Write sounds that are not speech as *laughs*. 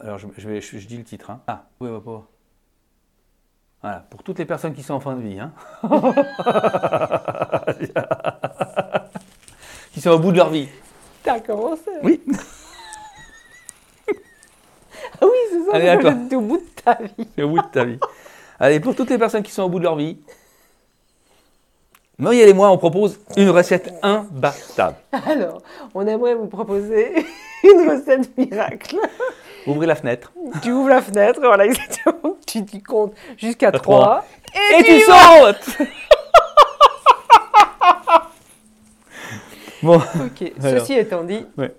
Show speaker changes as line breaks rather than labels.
alors je, je vais, je, je dis le titre. hein. Ah, oui, va pas. Voilà, pour toutes les personnes qui sont en fin de vie, *laughs* hein. qui sont au bout de leur vie.
T'as commencé
Oui. *laughs*
Ah oui, c'est ça.
Allez,
c'est
à toi.
le- Au bout de ta vie.
C'est au bout de ta vie. Allez, pour toutes les personnes qui sont au bout de leur vie, Muriel et moi, on propose une recette imbattable.
Alors, on aimerait vous proposer *laughs* une recette miracle.
Ouvrez la fenêtre.
Tu ouvres la fenêtre, voilà exactement. Tu t'y comptes jusqu'à
trois.
3.
Et, tu *laughs* sautes Bon,
Ok,
Alors.
ceci étant dit,
ouais.